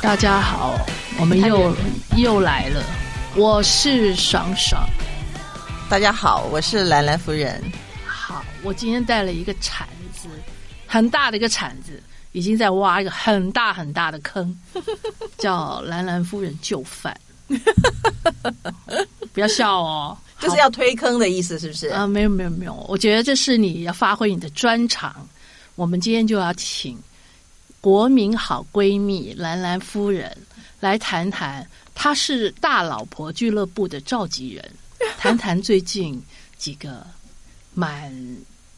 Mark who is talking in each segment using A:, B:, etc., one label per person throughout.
A: 大家好，我们又又来了，我是爽爽。
B: 大家好，我是兰兰夫人。
A: 好，我今天带了一个铲子，很大的一个铲子，已经在挖一个很大很大的 坑，叫兰兰夫人就范。 不要笑哦，
B: 就是要推坑的意思，是不是？
A: 啊、没有没有没有，我觉得这是你要发挥你的专长。我们今天就要请国民好闺蜜兰兰夫人来谈谈，她是大老婆俱乐部的召集人，谈谈最近几个蛮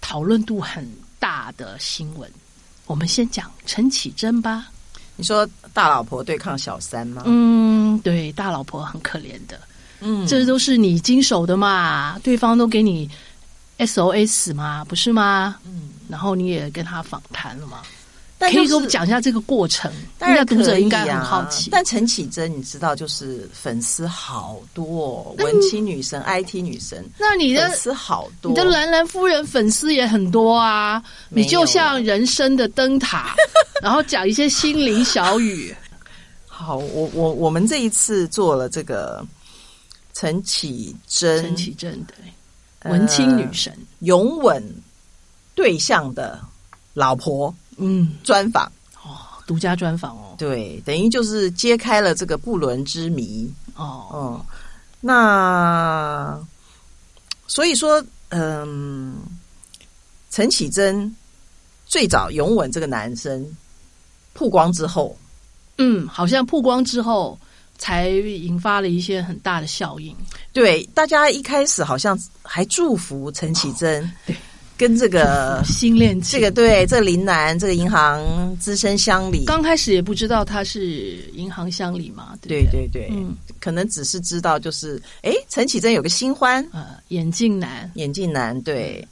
A: 讨论度很大的新闻。我们先讲陈绮贞吧。
B: 你说大老婆对抗小三吗？
A: 嗯，对，大老婆很可怜的，
B: 嗯
A: 这都是你经手的嘛，对方都给你 SOS 嘛，不是吗？
B: 嗯，
A: 然后你也跟他访谈了嘛，
B: 但
A: 可
B: 就
A: 以
B: 是
A: 给我们，讲一下这个过程，
B: 当然
A: 应该读者
B: 可以
A: 应该很
B: 啊
A: 好奇。
B: 但陈绮贞，你知道，就是粉丝好多哦，文青女神、IT 女神，
A: 那嗯你
B: 粉
A: 的
B: 丝好多。
A: 你的兰兰夫人粉丝也很多啊，
B: 没
A: 你
B: 有
A: 就像人生的灯 塔，然后讲一些心灵小语。
B: 好，我我我们这一次做了这个陈绮贞
A: 陈绮贞对，文青女神，
B: 拥吻对象的老婆
A: 嗯，
B: 专访。
A: 哦，独家专访哦，
B: 对，等于就是揭开了这个不伦之谜。
A: 哦，
B: 哦，那所以说，嗯，陈绮贞最早拥吻这个男生曝光之后，
A: 嗯，好像曝光之后才引发了一些很大的效应。
B: 对大家一开始好像还祝福陈绮贞，
A: 哦对，
B: 跟这个
A: 新恋
B: 这
A: 情，
B: 个对这个林楠这个银行资深乡里，
A: 刚开始也不知道他是银行乡里嘛，
B: 对
A: 不对
B: 对对，
A: 嗯
B: 可能只是知道就是，诶，陈绮贞有个新欢，
A: 呃，眼镜男，
B: 眼镜男，对。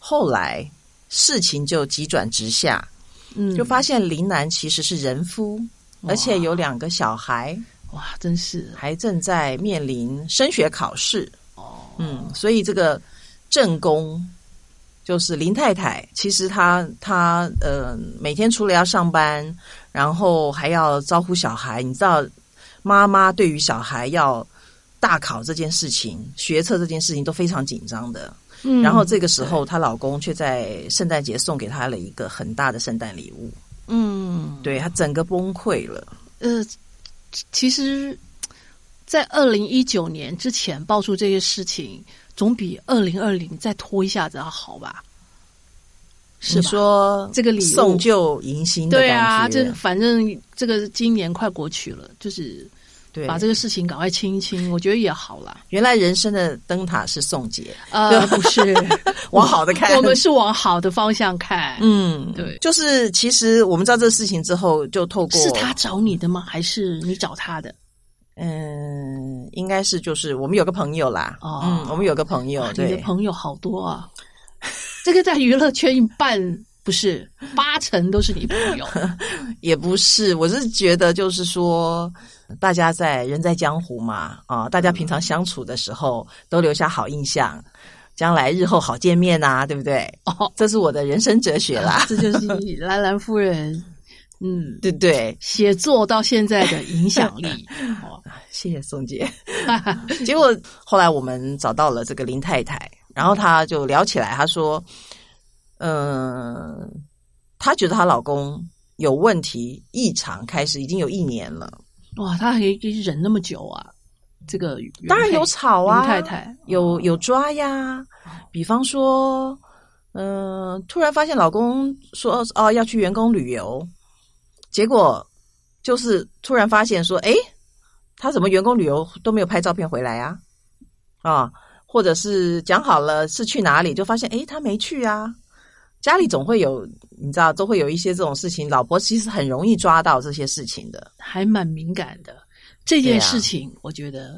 B: 后来事情就急转直下，
A: 嗯，
B: 就发现林楠其实是人夫，而且有两个小孩，
A: 哇，真是
B: 还正在面临升学考试。哦，嗯，所以这个正宫就是林太太，其实她她呃每天除了要上班，然后还要招呼小孩。你知道，妈妈对于小孩要大考这件事情、学测这件事情都非常紧张的。
A: 嗯
B: 然后这个时候，她老公却在圣诞节送给她了一个很大的圣诞礼物，
A: 嗯，
B: 对她整个崩溃了。
A: 呃，其实，在二零一九年之前爆出这些事情，总比二零二零再拖一下子要好吧？是
B: 你
A: 吧？
B: 说
A: 这个礼物
B: 送旧迎新的
A: 对
B: 感觉，
A: 啊，这反正这个今年快过去了，就是
B: 对
A: 把这个事情赶快清一清，我觉得也好啦。
B: 原来人生的灯塔是送节，
A: 呃，不是，
B: 往好的 看。
A: 我们是往好的方向看。
B: 嗯，
A: 对
B: 就是其实我们知道这事情之后，就透过
A: 是他找你的吗？还是你找他的？
B: 嗯，应该是就是我们有个朋友啦，
A: 哦
B: 嗯，我们有个朋友，
A: 啊你的
B: 对，
A: 朋友好多啊！ 这个在娱乐圈一半不是八成都是你朋 友，
B: 也不是，我是觉得就是说，大家在人在江湖嘛，啊，大家平常相处的时候都留下好印象，将来日后好见面呐、对不对？
A: 哦，
B: 这是我的人生哲学 啦，
A: 这就是你兰兰夫人，嗯，
B: 对不对？
A: 写作到现在的影响 力。哦
B: 谢谢宋 姐。结果后来我们找到了这个林太太，然后她就聊起来，她说：“嗯、她觉得她老公有问题，异常开始已经有一年了。
A: 哇，他还可以忍那么久啊！这个原配
B: 当然有吵啊，
A: 林太太
B: 有有抓呀，比方说，嗯、突然发现老公说哦要去员工旅游，结果就是突然发现说，诶，他怎么员工旅游都没有拍照片回来啊？啊，或者是讲好了是去哪里，就发现诶，他没去啊。家里总会有，你知道，都会有一些这种事情。老婆其实很容易抓到这些事情的。
A: 还蛮敏感的。这件
B: 对啊
A: 事情，我觉得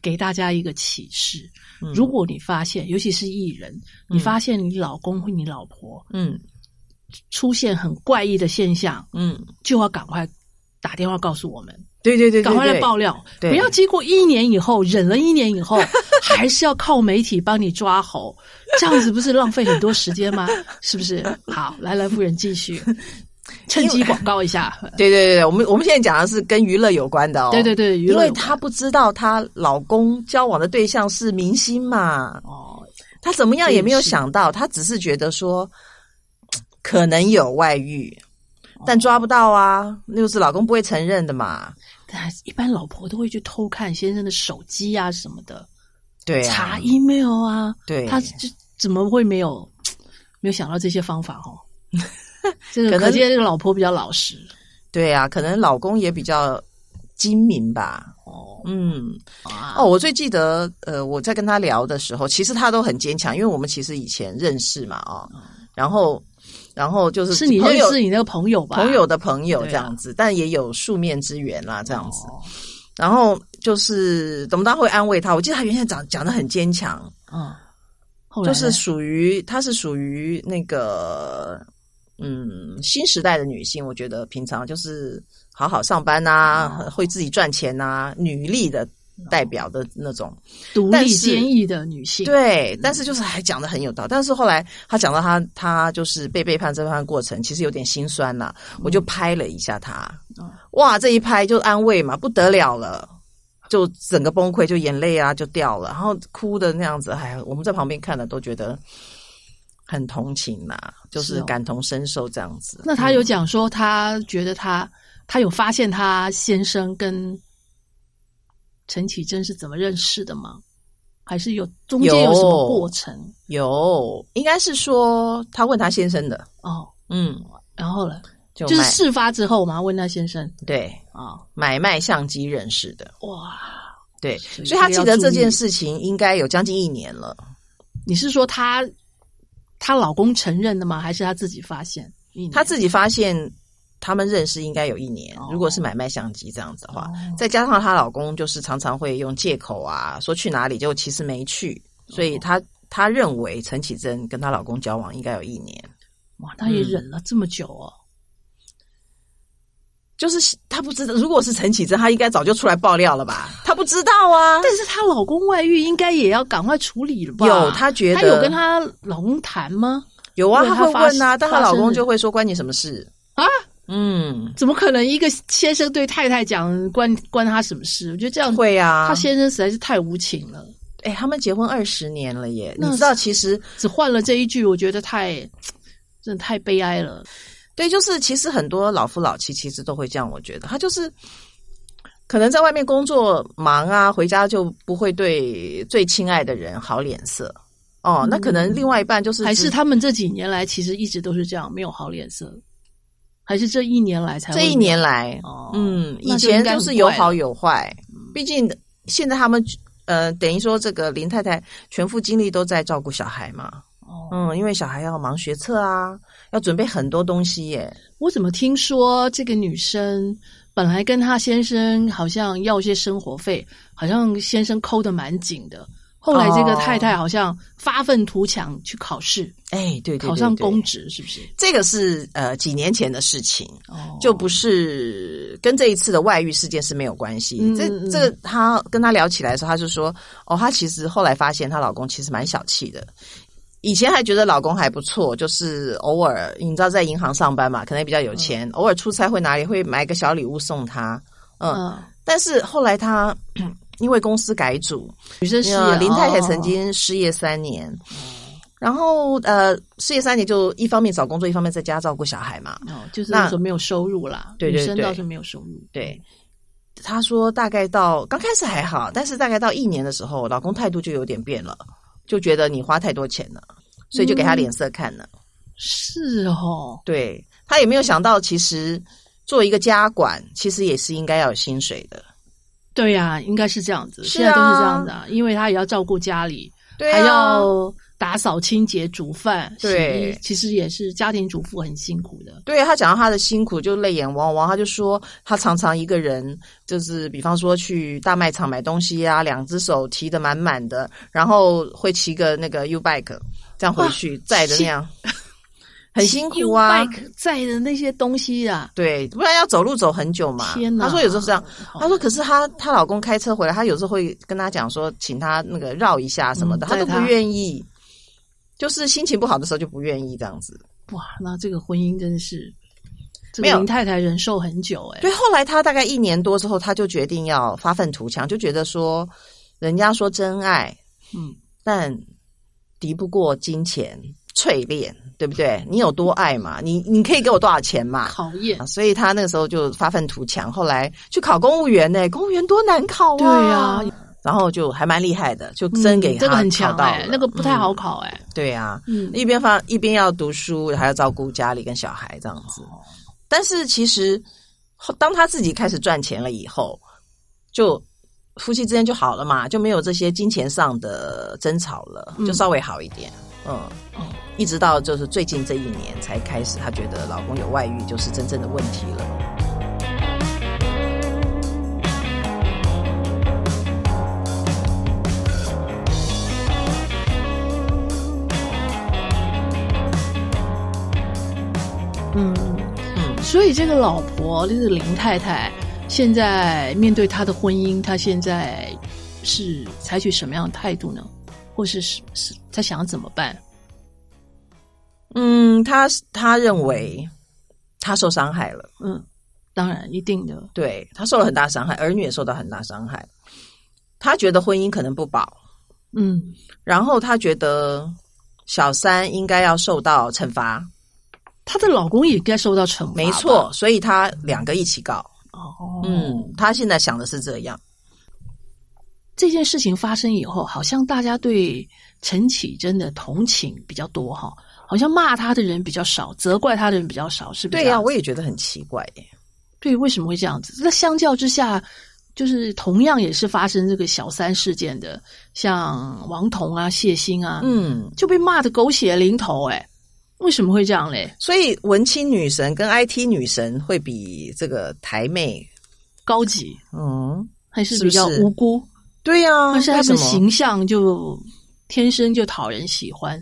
A: 给大家一个启示：
B: 嗯
A: 如果你发现，尤其是艺人，你发现你老公或你老婆
B: 嗯
A: 出现很怪异的现象，
B: 嗯，
A: 就要赶快打电话告诉我们，
B: 对对对对对，
A: 赶快来爆料，
B: 对
A: 不要经过一年以 后，忍了一年以后，还是要靠媒体帮你抓猴， 这样子不是浪费很多时间吗？是不是？好，来来，夫人继续。趁机广告一下。
B: 对对对对，我们我们现在讲的是跟娱乐有关的哦。
A: 对对对，娱
B: 因
A: 乐
B: 为
A: 有关
B: 她不知道她老公交往的对象是明星嘛，
A: 哦，
B: 她怎么样
A: 这也
B: 也没有
A: 是
B: 想到，她只是觉得说嗯可能有外遇，
A: 哦
B: 但抓不到啊，那就是老公不会承认的嘛。
A: 但一般老婆都会去偷看先生的手机啊什么的，
B: 对啊，
A: 查 email 啊，
B: 对
A: 他这怎么会没有没有想到这些方法 哦？这个
B: 可能
A: 可见这个老婆比较老实
B: 对啊，可能老公也比较精明吧。
A: 哦
B: 嗯，
A: 啊
B: 哦，我最记得，呃，我在跟他聊的时候，其实他都很坚强，因为我们其实以前认识嘛，哦，然后，然后就是
A: 嗯是你
B: 朋
A: 认
B: 友
A: 识你那个朋友吧？
B: 朋友的朋友
A: 对啊哦
B: 这样子，但也有数面之缘啦，这
A: 这
B: 样子。然后就是董大会安慰他，我记得他原先讲讲的很坚强，
A: 嗯，后来
B: 就
A: 呢
B: 是属于她是属于那个嗯新时代的女性，我觉得平常就是好好上班呐、
A: 哦
B: 会自己赚钱呐、女力的代表的那种。
A: 独
B: 但
A: 立
B: 是
A: 坚毅的女性，
B: 对，
A: 嗯
B: 但是就是还讲的很有道理。但是后来他讲到他他就是被背叛这段过程，其实有点心酸呐、我就拍了一下他，
A: 嗯
B: 哇，这一拍就安慰嘛，不得了了。就整个崩溃，就眼泪啊就掉了，然后哭的那样子，哎，我们在旁边看了都觉得很同情呐、就是是
A: 哦
B: 感同身受这样子。嗯
A: 那他有讲说，他觉得他他有发现他先生跟陈绮贞是怎么认识的吗？还是有中间有什么过程？
B: 有，应该是说他问他先生的，
A: 哦，
B: 嗯，
A: 然后呢，
B: 就
A: 就是
B: 买
A: 事发之后嘛，问他先生
B: 对
A: 啊、
B: 买卖相机认识的，
A: 哇，
B: 对，
A: 所
B: 所
A: 以
B: 以他
A: 这个
B: 记
A: 要
B: 得
A: 注
B: 这件
A: 意嗯
B: 事情应该有将近一年了。
A: 你是说她她老公承认的吗？还是她自己发现？
B: 他
A: 己
B: 自己发现他们认识应该有一年，
A: 哦
B: 如果是买卖相机这样子的话，
A: 哦
B: 再加上她老公就是常常会用借口啊，说去哪里，就其实没去，所
A: 哦
B: 以她她认为陈绮贞跟她老公交往应该有一年，
A: 哇，她也
B: 嗯
A: 忍了这么久哦，
B: 就是她不知道，如果是陈绮贞，她应该早就出来爆料 了吧？她不知道啊，
A: 但是她老公外遇应该也要赶快处理了吧？
B: 有她觉得
A: 她有跟她老公谈吗？
B: 有啊，
A: 如果
B: 她
A: 她
B: 会
A: 发
B: 问啊，但她
A: 发
B: 老
A: 生
B: 公
A: 了
B: 就会说关你什么事
A: 啊？
B: 嗯，
A: 怎么可能？一个先生对太太讲关关他什么事？我觉得这样，
B: 会啊，
A: 他先生实在是太无情了，
B: 哎、他们结婚二十年了耶！
A: 那
B: 你知道，其实
A: 只换了这一句，我觉得太真的太悲哀了。
B: 对，就是其实很多老夫老妻其实都会这样，我觉得他就是可能在外面工作忙啊，回家就不会对最亲爱的人好脸色哦。那可能另外一半就是
A: 嗯还是
B: 只
A: 他们这几年来其实一直都是这样，没有好脸色，还是这一年来才会
B: 这一年来，
A: 哦，
B: 嗯，以
A: 那就
B: 前
A: 应该
B: 就
A: 很
B: 是有
A: 怪
B: 好
A: 了
B: 有坏，毕竟现在他们呃，等于说这个林太太全副精力都在照顾小孩嘛，
A: 哦。
B: 嗯，因为小孩要忙学测啊，要准备很多东西耶，
A: 我怎么听说这个女生本来跟她先生好像要一些生活费，好像先生抠的蛮紧的。后来这个
B: 哦
A: 太太好像发愤图强去考试，
B: 哎，对对对
A: 考上
B: 对
A: 公职是不是？
B: 这个是呃几年前的事情，
A: 哦
B: 就不是跟这一次的外遇事件是没有关系。
A: 嗯
B: 这
A: 嗯嗯
B: 这个她跟她聊起来的时候，她就说，哦，她其实后来发现她老公其实蛮小气的。以前还觉得老公还不错，就是偶尔你知道在银行上班嘛，可能也比较有钱，
A: 嗯
B: 偶尔出差会哪里会买个小礼物送她。嗯，
A: 嗯，
B: 但是后来她 因为公司改组，
A: 女生是
B: 呃林太太曾
A: 哦
B: 经失业三年，然后呃，失业三年就一方面找工作，一方面在家照顾小孩嘛。
A: 哦，就是
B: 那
A: 那时候没有收入啦，
B: 对对
A: 女生
B: 对
A: 倒是没有收入，
B: 对，她说大概到刚开始还好，但是大概到一年的时候，老公态度就有点变了，就觉得你花太多钱了，所以就给他脸色看了。
A: 嗯是哦，
B: 对她也没有想到，其实做一个家管，其实也是应该要有薪水的。
A: 对呀、应该是这样子，现
B: 是啊
A: 在都是这样子啊，因为她也要照顾家里，
B: 对啊
A: 还要打扫、清洁、煮饭、洗
B: 对
A: 衣，其实也是家庭主妇很辛苦的。
B: 对他讲到他的辛苦，就泪眼汪汪。他就说，他常常一个人，就是比方说去大卖场买东西啊，两只手提的满满的，然后会骑个那个 U bike 这样回去载着那样，很辛苦啊
A: U。bike 载的那些东西啊，
B: 对，不然要走路走很久嘛。
A: 天哪！
B: 他说有时候是这样，
A: 好，
B: 她说可是她她老公开车回来，她有时候会跟她讲说，请她那个绕一下什么的，
A: 嗯
B: 她都
A: 载
B: 不
A: 她
B: 愿意，就是心情不好的时候就不愿意这样子。
A: 哇，那这个婚姻真是这
B: 没
A: 个
B: 有
A: 林太太忍受很久、哎，
B: 对，后来他大概一年多之后，他就决定要发愤图强，就觉得说，人家说真爱，
A: 嗯，
B: 但敌不过金钱淬炼，对不对？你有多爱嘛？你你可以给我多少钱嘛？
A: 考验
B: 啊，所以他那个时候就发愤图强，后来去考公务员呢、公务员多难考啊！
A: 对呀、
B: 然后就还蛮厉害的，就真
A: 嗯
B: 给他、
A: 这个很强
B: 到了
A: 哎、那个不太好
B: 嗯
A: 考哎、
B: 对啊，
A: 嗯
B: 一边发一边要读书，还要照顾家里跟小孩这样子。但是其实，后当他自己开始赚钱了以后，就夫妻之间就好了嘛，就没有这些金钱上的争吵了，
A: 嗯
B: 就稍微好一点。嗯，
A: 哦
B: 一直到就是最近这一年才开始，她觉得老公有外遇就是真正的问题了。
A: 嗯。
B: 嗯，
A: 所以这个老婆就是林太太，现在面对她的婚姻，她现在是采取什么样的态度呢？或是是是她想怎么办？
B: 嗯，他他认为他受伤害了，
A: 嗯，当然一定的，
B: 对他受了很大伤害，儿女也受到很大伤害。他觉得婚姻可能不保，
A: 嗯
B: 然后他觉得小三应该要受到惩罚，
A: 她的老公也该受到惩罚，
B: 没错，，所以他两个一起告。
A: 哦，嗯，
B: 嗯，他现在想的是这样，
A: 这件事情发生以后，好像大家对陈启贞的同情比较多哈，好像骂她的人比较少，责怪她的人比较少，是不是
B: 对
A: 这
B: 呀、
A: 样子？
B: 我也觉得很奇怪耶。
A: 对，为什么会这样子？那相较之下，就是同样也是发生这个小三事件的，像王彤啊、谢欣啊，
B: 嗯，
A: 就被骂的狗血淋头、哎，为什么会这样嘞？
B: 所以文青女神跟 IT 女神会比这个台妹，
A: 高级
B: 嗯，
A: 还是
B: 是
A: 比
B: 不
A: 较
B: 是
A: 无辜，
B: 对呀、
A: 但是他
B: 为什
A: 们
B: 么？
A: 形象就天生就讨人喜欢，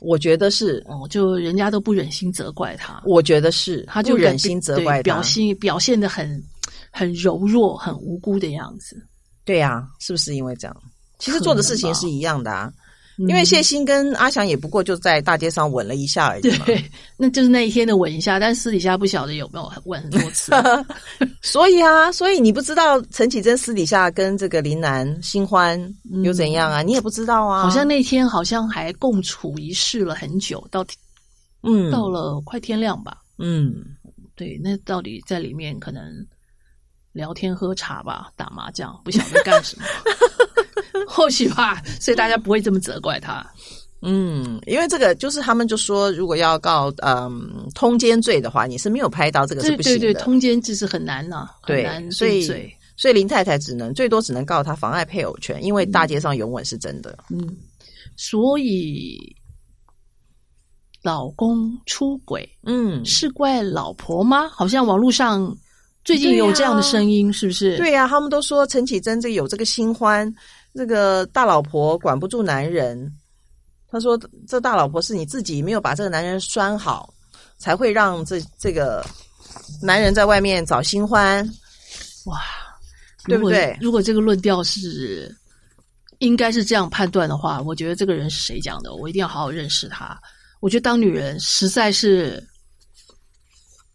B: 我觉得是，
A: 哦，就人家都不忍心责怪他，
B: 我觉得是，
A: 他就
B: 不忍
A: 比
B: 心责
A: 对
B: 怪
A: 表
B: 她
A: 现表现的很很柔弱、很无辜的样子。
B: 对呀、是不是因为这样？其实做的事情是一样的啊，因为
A: 嗯
B: 谢欣跟阿翔也不过就在大街上吻了一下而已嘛。
A: 对， 那就是那一天的吻一下，但私底下不晓得有没有吻很多 次。
B: 所以啊，所以你不知道陈绮贞私底下跟这个林楠新欢又怎样啊？你也不知道
A: 嗯
B: 啊。
A: 好像那天好像还共处一室了很久，到天
B: 嗯
A: 到了快天亮吧。
B: 嗯，
A: 对，那到底在里面可能聊天、喝茶吧，打麻将，不晓得干什 么， 或许吧。所以大家不会这么责怪他。
B: 嗯，因为这个就是他们就说，如果要告嗯通奸罪的话，你是没有拍到这个是
A: 对
B: 不行
A: 对
B: 的。
A: 对，通奸这是很难呐、很
B: 对
A: 难定
B: 所以
A: 罪。
B: 所以林太太只能最多只能告他妨碍配偶权，因为大街上拥吻是真的。
A: 嗯，所以老公出轨
B: 嗯，
A: 是怪老婆吗？好像网络上最近有这样的声音，是不是？
B: 对啊呀、他们都说陈绮贞这个有这个新欢，那个大老婆管不住男人。他说这大老婆是你自己没有把这个男人拴好，才会让这这个男人在外面找新欢。
A: 哇，
B: 对不对
A: 如果如果这个论调是应该是这样判断的话，我觉得这个人是谁讲的，我一定要好好认识他。我觉得当女人实在是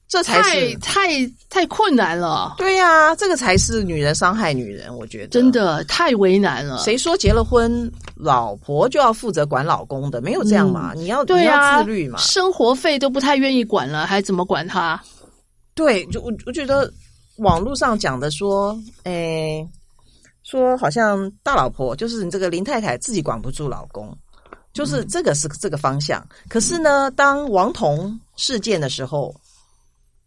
B: 这才
A: 太
B: 是
A: 太太困难了，
B: 对呀、这个才是女人伤害女人，我觉得
A: 真。的太为难了。
B: 谁说结了婚，老婆就要负责管老公的？没有这样嘛？你要
A: 对啊，
B: 你要自律嘛？
A: 生活费都不太愿意管了，还怎么管他？
B: 对，就我我觉得网络上讲的说，诶，说好像大老婆就是你这个林太太自己管不住老公，就是
A: 嗯
B: 这个是这个方向。可是呢，当王彤事件的时候，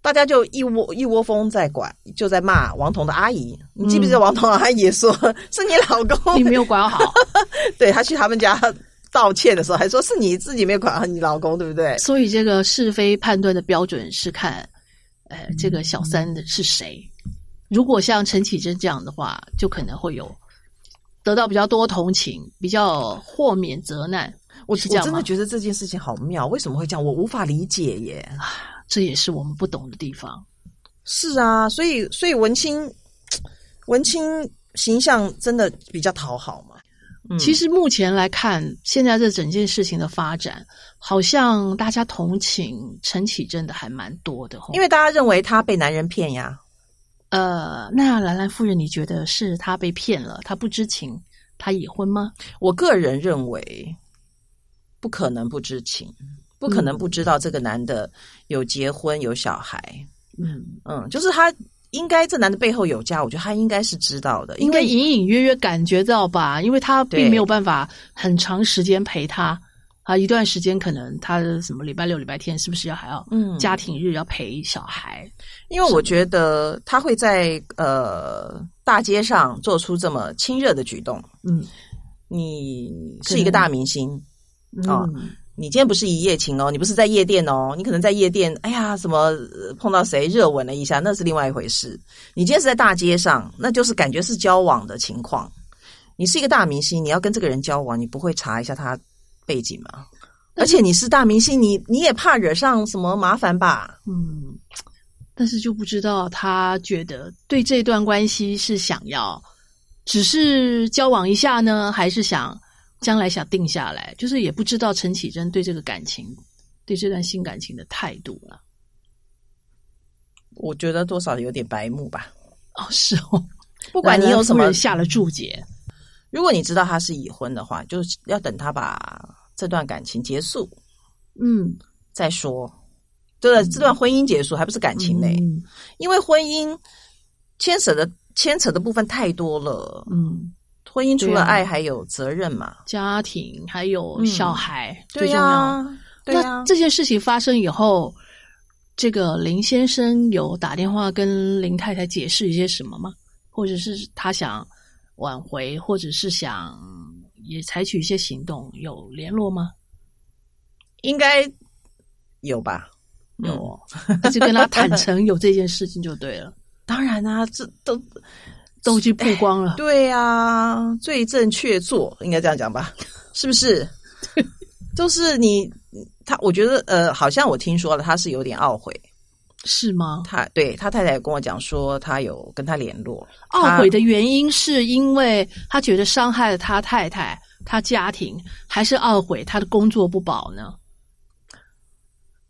B: 大家就一窝一窝蜂在管，就在骂王彤的阿姨。你记不记得王彤阿姨说、是你老
A: 嗯你
B: 公？
A: 没有管好，
B: 对她去他们家道歉的时候，还说是你自己没有管好你老公，对不对？
A: 所以这个是非判断的标准是看，呃，
B: 嗯
A: 这个小三的是谁。如果像陈绮贞这样的话，就可能会有得到比较多同情，比较豁免责难。
B: 我
A: 是这
B: 我
A: 样
B: 真的
A: 吗
B: 觉得这件事情好妙，为什么会这样？我无法理解耶。
A: 这也是我们不懂的地方。
B: 是啊，所以所以文青文青形象真的比较讨好嘛。嗯
A: 其实目前来看，现在这整件事情的发展，好像大家同情陈绮贞的还蛮多的哦。
B: 因为大家认为他被男人骗呀，
A: 呃，那兰兰夫人，你觉得是她被骗了，她不知情，她已婚吗？
B: 我个人认为不可能不知情，不可能不知道这个男的有结婚有小孩，
A: 嗯，
B: 嗯，就是他应该这男的背后有家，我觉得他应该是知道的，
A: 应
B: 因
A: 该
B: 为
A: 隐隐约约感觉到吧，因为她并
B: 对
A: 没有办法很长时间陪她啊，一段时间可能她什么礼拜六、礼拜天是不是要还要
B: 嗯
A: 家庭日要陪小孩？
B: 因为我觉得他会在呃大街上做出这么亲热的举动。
A: 嗯
B: 你
A: 可
B: 是
A: 能
B: 一个大明星，哦
A: 嗯
B: 你今天不是一夜情哦，你不是在夜店哦，你可能在夜店，哎呀，什么呃碰到谁热吻了一下，那是另外一回事。你今天是在大街上，那就是感觉是交往的情况。你是一个大明星，你要跟这个人交往，你不会查一下他背景吗？而且你是大明星，你你也怕惹上什么麻烦吧？
A: 嗯，但是就不知道她觉得对这段关系是想要只是交往一下呢，还是想将来想定下来？就是也不知道陈绮贞对这个感情、对这段新感情的态度了。
B: 我觉得多少有点白目吧。
A: 哦，是 哦，
B: 不管你
A: 兰
B: 有什
A: 兰夫
B: 么
A: 人下了注解，
B: 如果你知道他是已婚的话，就是要等他把这段感情结束
A: 嗯，
B: 再说。对了，这段婚姻结束还不是感情呢、
A: 嗯
B: 因为婚姻牵扯的牵扯的部分太多了。
A: 嗯，
B: 婚姻除
A: 对
B: 了
A: 啊
B: 爱，还有责任嘛。
A: 家庭还有
B: 嗯
A: 小孩、最
B: 对
A: 重要。
B: 呀、对呀、
A: 那这件事情发生以后，这个林先生有打电话跟林太太解释一些什么吗？或者是他想挽回，或者是想也采取一些行动，有联络吗？
B: 应该有吧？嗯
A: 有 哦，就跟他坦诚有这件事情就对了，
B: 当然啊，这都
A: 都已经曝光了。
B: 对呀、罪证确凿，应该这样讲吧？ 是不是？就是你他，我觉得呃，好像我听说了，他是有点懊悔。
A: 是吗？
B: 他对他太太有跟我讲说，他有跟他联络，他
A: 懊悔的原因是因为他觉得伤害了他太太、他家庭，还是懊悔他的工作不保呢？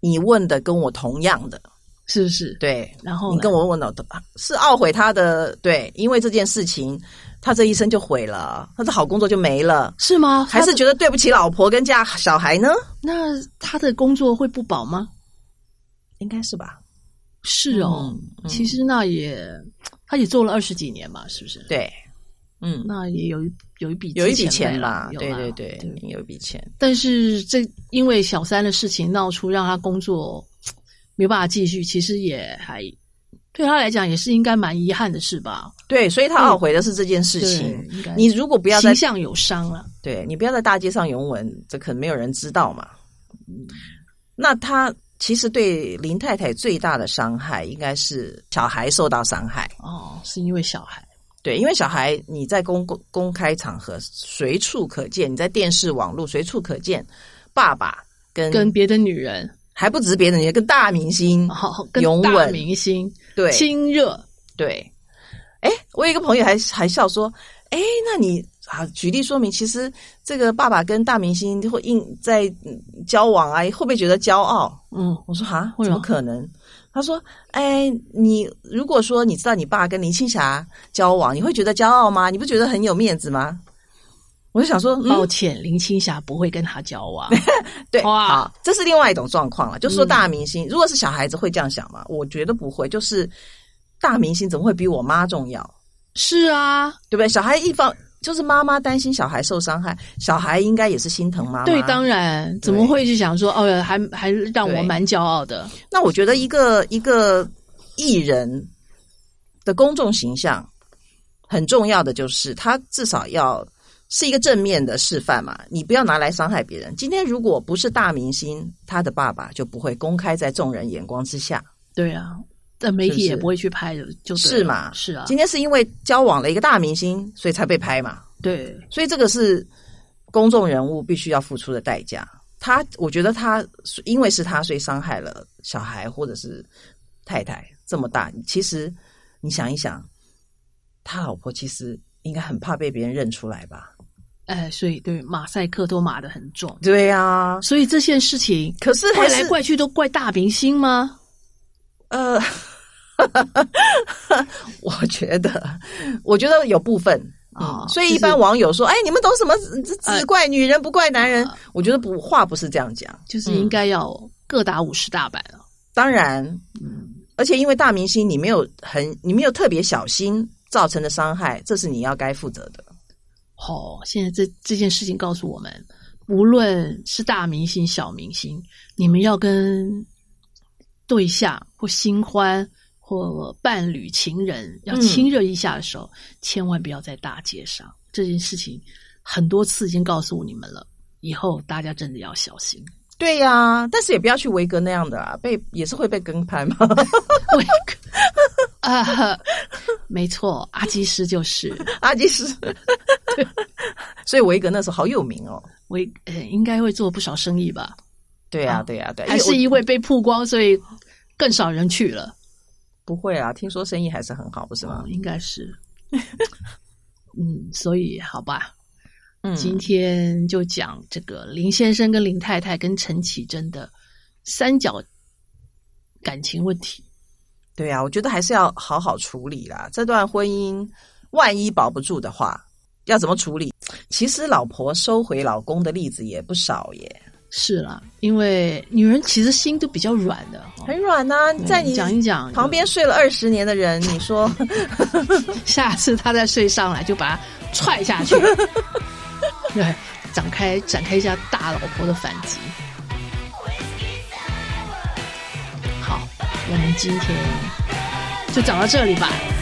B: 你问的跟我同样的，
A: 是不是？
B: 对，
A: 然后
B: 你
A: 呢
B: 跟我问的都是懊悔他的，对，因为这件事情，他这一生就毁了，他的好工作就没了，
A: 是吗？
B: 还
A: 他
B: 是
A: 的
B: 觉得对不起老婆跟家小孩呢？
A: 那他的工作会不保吗？
B: 应该是吧？
A: 是哦，
B: 嗯嗯
A: 其实那也他也做了二十几年嘛，是不是？，
B: 对，嗯，
A: 那也有一有一笔
B: 有一笔
A: 钱
B: 钱
A: 费
B: 吧
A: 了，有
B: 对对
A: 啦
B: 对，有一笔钱，
A: 但是这因为小三的事情闹出，让他工作嘖没有办法继续，其实也还对他来讲也是应该蛮遗憾的事吧？
B: 对，所以他懊悔的是这件事
A: 嗯对
B: 情。，
A: 应该
B: 你如果不要在
A: 形象有伤了，
B: 对你不要在大街上拥吻，这可能没有人知道嘛。
A: 嗯
B: 那他其实对林太太最大的伤害，应该是小孩受到伤害。
A: 哦，是因为小孩，
B: 对，因为小孩你在公公公开场合随处可见，你在电视、网络随处可见，爸爸跟
A: 跟别的女人，
B: 还不止别人，也跟大明星。
A: 好、跟
B: 拥
A: 大
B: 嗯吻
A: 明星
B: 对
A: 亲热，
B: 对，哎，我有一个朋友还还笑说，哎，那你啊，举例说明，其实这个爸爸跟大明星会应在嗯交往啊，会不会觉得骄傲？
A: 嗯，
B: 我说哈，
A: 会
B: 怎么
A: 吗
B: 可能？他说：“哎，你如果说你知道你爸跟林青霞交往，你会觉得骄傲吗？你不觉得很有面子吗？”我就想说，嗯，
A: 抱歉，林青霞不会跟他交往。
B: 对，
A: 哇
B: 好，这是另外一种状况了。就是说，大明星、如果是小孩子会这样想吗？我觉得不会，就是大明星怎么会比我妈重要？
A: 是啊，
B: 对不对？小孩一方就是妈妈担心小孩受伤害，小孩应该也是心疼妈妈。
A: 对，当然，怎么会去想说哦，还还让我
B: 对
A: 蛮骄傲的？
B: 那我觉得一个一个艺人的公众形象很重要的就是，他至少要是一个正面的示范嘛，你不要拿来伤害别人。今天如果不是大明星，他的爸爸就不会公开在众人眼光之下，
A: 对啊，但媒体
B: 是
A: 也不会去拍的，就对了
B: 是嘛？
A: 是啊，
B: 今天是因为交往了一个大明星，所以才被拍嘛，
A: 对，
B: 所以这个是公众人物必须要付出的代价。他，我觉得他是因为是他，所以伤害了小孩或者是太太这么大。其实你想一想，他老婆其实应该很怕被别人认出来吧？
A: 哎，所以对马赛克都码得很重，
B: 对呀，
A: 所以这件事情
B: 可是还
A: 怪来
B: 是
A: 怪去都怪大明星吗？
B: 呃， 我觉得，我觉得有部分。
A: 啊、
B: 哦所以
A: 就
B: 一般
A: 是
B: 网友说：“哎，你们懂什么？只只
A: 呃
B: 怪女人不怪男人。我觉得不话不是这样讲，
A: 就是应该要各打五十大板啊。
B: 当然，而且因为大明星，你没有很，你没有特别小心造成的伤害，这是你要该负责的。
A: 哦，现在这这件事情告诉我们，无论是大明星、小明星，你们要跟对象或新欢或伴侣、情人要
B: 嗯
A: 亲热一下的时候，千万不要在大街上。这件事情很多次已经告诉你们了，以后大家真的要小心。
B: 对呀、但是也不要去维格那样的啊，被也是会被跟拍嘛。
A: 喂， 啊，没错，阿基师就是
B: 阿基师， 所以维格那时候好有名哦。
A: 我呃，应该会做不少生意吧？
B: 对呀、
A: 啊
B: 对呀、对、啊，
A: 还是
B: 因为
A: 因为被曝光，所以更少人去了？
B: 我不会啊？听说生意还是很好，不是吗
A: 嗯？应该 是。嗯，所以好吧，
B: 嗯，
A: 今天就讲这个林先生跟林太太跟陈绮贞的三角感情问题。
B: 对啊，我觉得还是要好好处理啦。这段婚姻万一保不住的话，要怎么处理？其实老婆收回老公的例子也不少耶，
A: 是啦，因为女人其实心都比较软的，哦
B: 很软呐、
A: 对
B: 哎在你
A: 讲一讲
B: 旁边，睡了二十年的人，你说
A: 就 下次她再睡上来就把她踹下去，对，展开展开一下大老婆的反击。好，我们今天就讲到这里吧。